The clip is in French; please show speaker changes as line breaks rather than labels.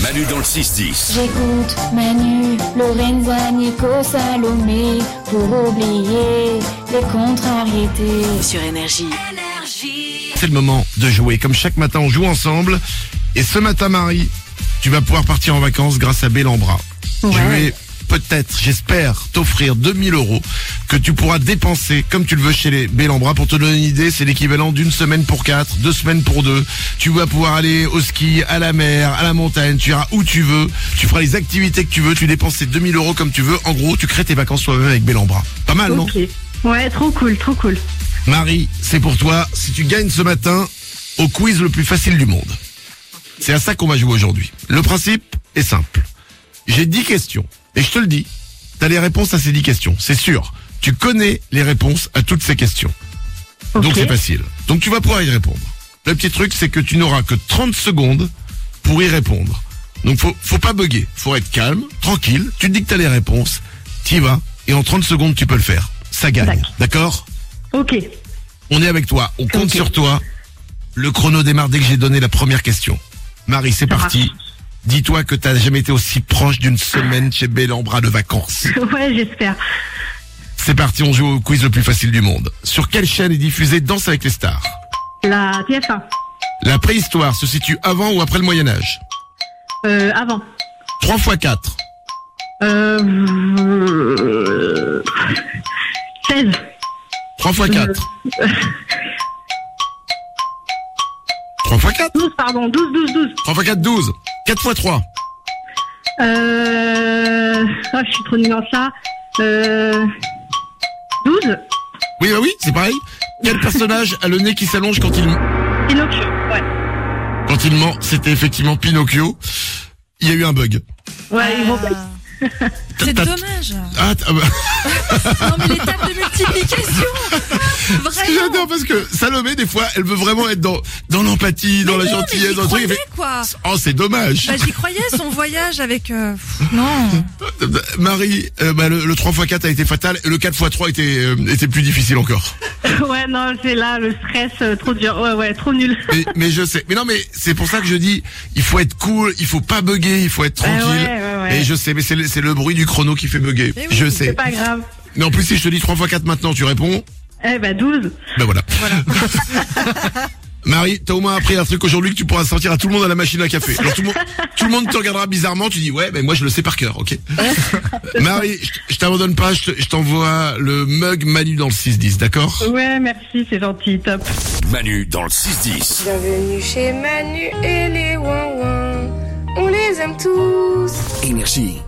Manu dans le 6-10.
J'écoute Manu, Lorenza, Nico, Salomé pour oublier les contrariétés.
sur énergie.
C'est le moment de jouer. Comme chaque matin, on joue ensemble. Et ce matin, Marie, tu vas pouvoir partir en vacances grâce à Bellambra. Je vais peut-être, j'espère, t'offrir 2000 euros que tu pourras dépenser comme tu le veux chez les Bellambra. Pour te donner une idée, c'est l'équivalent d'une semaine pour quatre, deux semaines pour deux. Tu vas pouvoir aller au ski, à la mer, à la montagne, tu iras où tu veux, tu feras les activités que tu veux, tu dépenses tes 2000 euros comme tu veux. En gros, tu crées tes vacances toi-même avec Bellambra. Pas mal, non
Ok. Ouais, trop cool, trop cool.
Marie, c'est pour toi. Si tu gagnes ce matin au quiz le plus facile du monde. C'est à ça qu'on va jouer aujourd'hui. Le principe est simple. J'ai 10 questions. Et je te le dis, t'as les réponses à ces 10 questions. C'est sûr. Tu connais les réponses à toutes ces questions.
Ok.
Donc c'est facile. Donc tu vas pouvoir y répondre. Le petit truc, c'est que tu n'auras que 30 secondes pour y répondre. Donc faut, faut pas bugger. Faut être calme, tranquille. Tu te dis que t'as les réponses. T'y vas. Et en 30 secondes, tu peux le faire. Ça gagne.
D'accord.
D'accord?
Ok.
On est avec toi, on compte
Ok.
sur toi. Le chrono démarre dès que j'ai donné la première question. Marie, c'est parti. Dis-toi que t'as jamais été aussi proche d'une semaine chez Bellambra de vacances.
Ouais, j'espère.
C'est parti, on joue au quiz le plus facile du monde. Sur quelle chaîne est diffusée Danse avec les stars
La TF1.
La préhistoire se situe avant ou après le Moyen Âge
Euh, avant.
3 x 4.
Euh... 16.
3 x 4. 3 x 4
12, pardon. 12, 12, 12.
3 x 4, 12. 4 x 3.
Euh... Oh, je suis trop nulle en ça. Euh... 12.
Oui, bah oui, c'est pareil. Quel personnage a le nez qui s'allonge quand il
Pinocchio. Ouais.
Quand il ment, c'était effectivement Pinocchio. Il y a eu un bug.
Ouais, ils vont...
Ah. C'est
T'as-
dommage.
Ah, t- ah bah,
Non mais les tables de multiplication. Vraiment.
j'adore parce que Salomé, des fois, elle veut vraiment être dans, dans l'empathie, dans
Mais
la
non, mais
gentillesse,
j'y
dans le truc.
croyais,
elle
quoi.
fait, Oh, c'est dommage.
Bah, j'y croyais son voyage avec. euh, pff, non.
Marie, euh, bah, le, le 3x4 a été fatal. Le 4x3 était, euh, était plus difficile encore.
ouais, non, c'est là, le stress, euh, trop dur. Ouais, ouais, trop nul.
Mais, mais je sais. Mais non, mais c'est pour ça que je dis, il faut être cool, il faut pas bugger, il faut
Bah
être
ouais,
tranquille.
ouais, ouais.
Et je sais, mais c'est le, c'est le bruit du chrono qui fait bugger.
Mais oui,
je
C'est
sais.
pas grave.
Mais en plus, si je te dis 3x4 maintenant, tu réponds.
Eh ben, 12.
Ben voilà. Marie, t'as au moins appris un truc aujourd'hui que tu pourras sortir à tout le monde à la machine à café. Alors, tout, le monde, tout le monde te regardera bizarrement, tu dis ouais, mais moi je le sais par cœur, ok Marie, je t- je t'abandonne pas, je te- je t'envoie le mug Manu dans le 6-10, d'accord
Ouais, merci, c'est gentil, top.
Manu dans le 6-10.
Bienvenue chez Manu et les Ouin On les aime tous.
Énergie.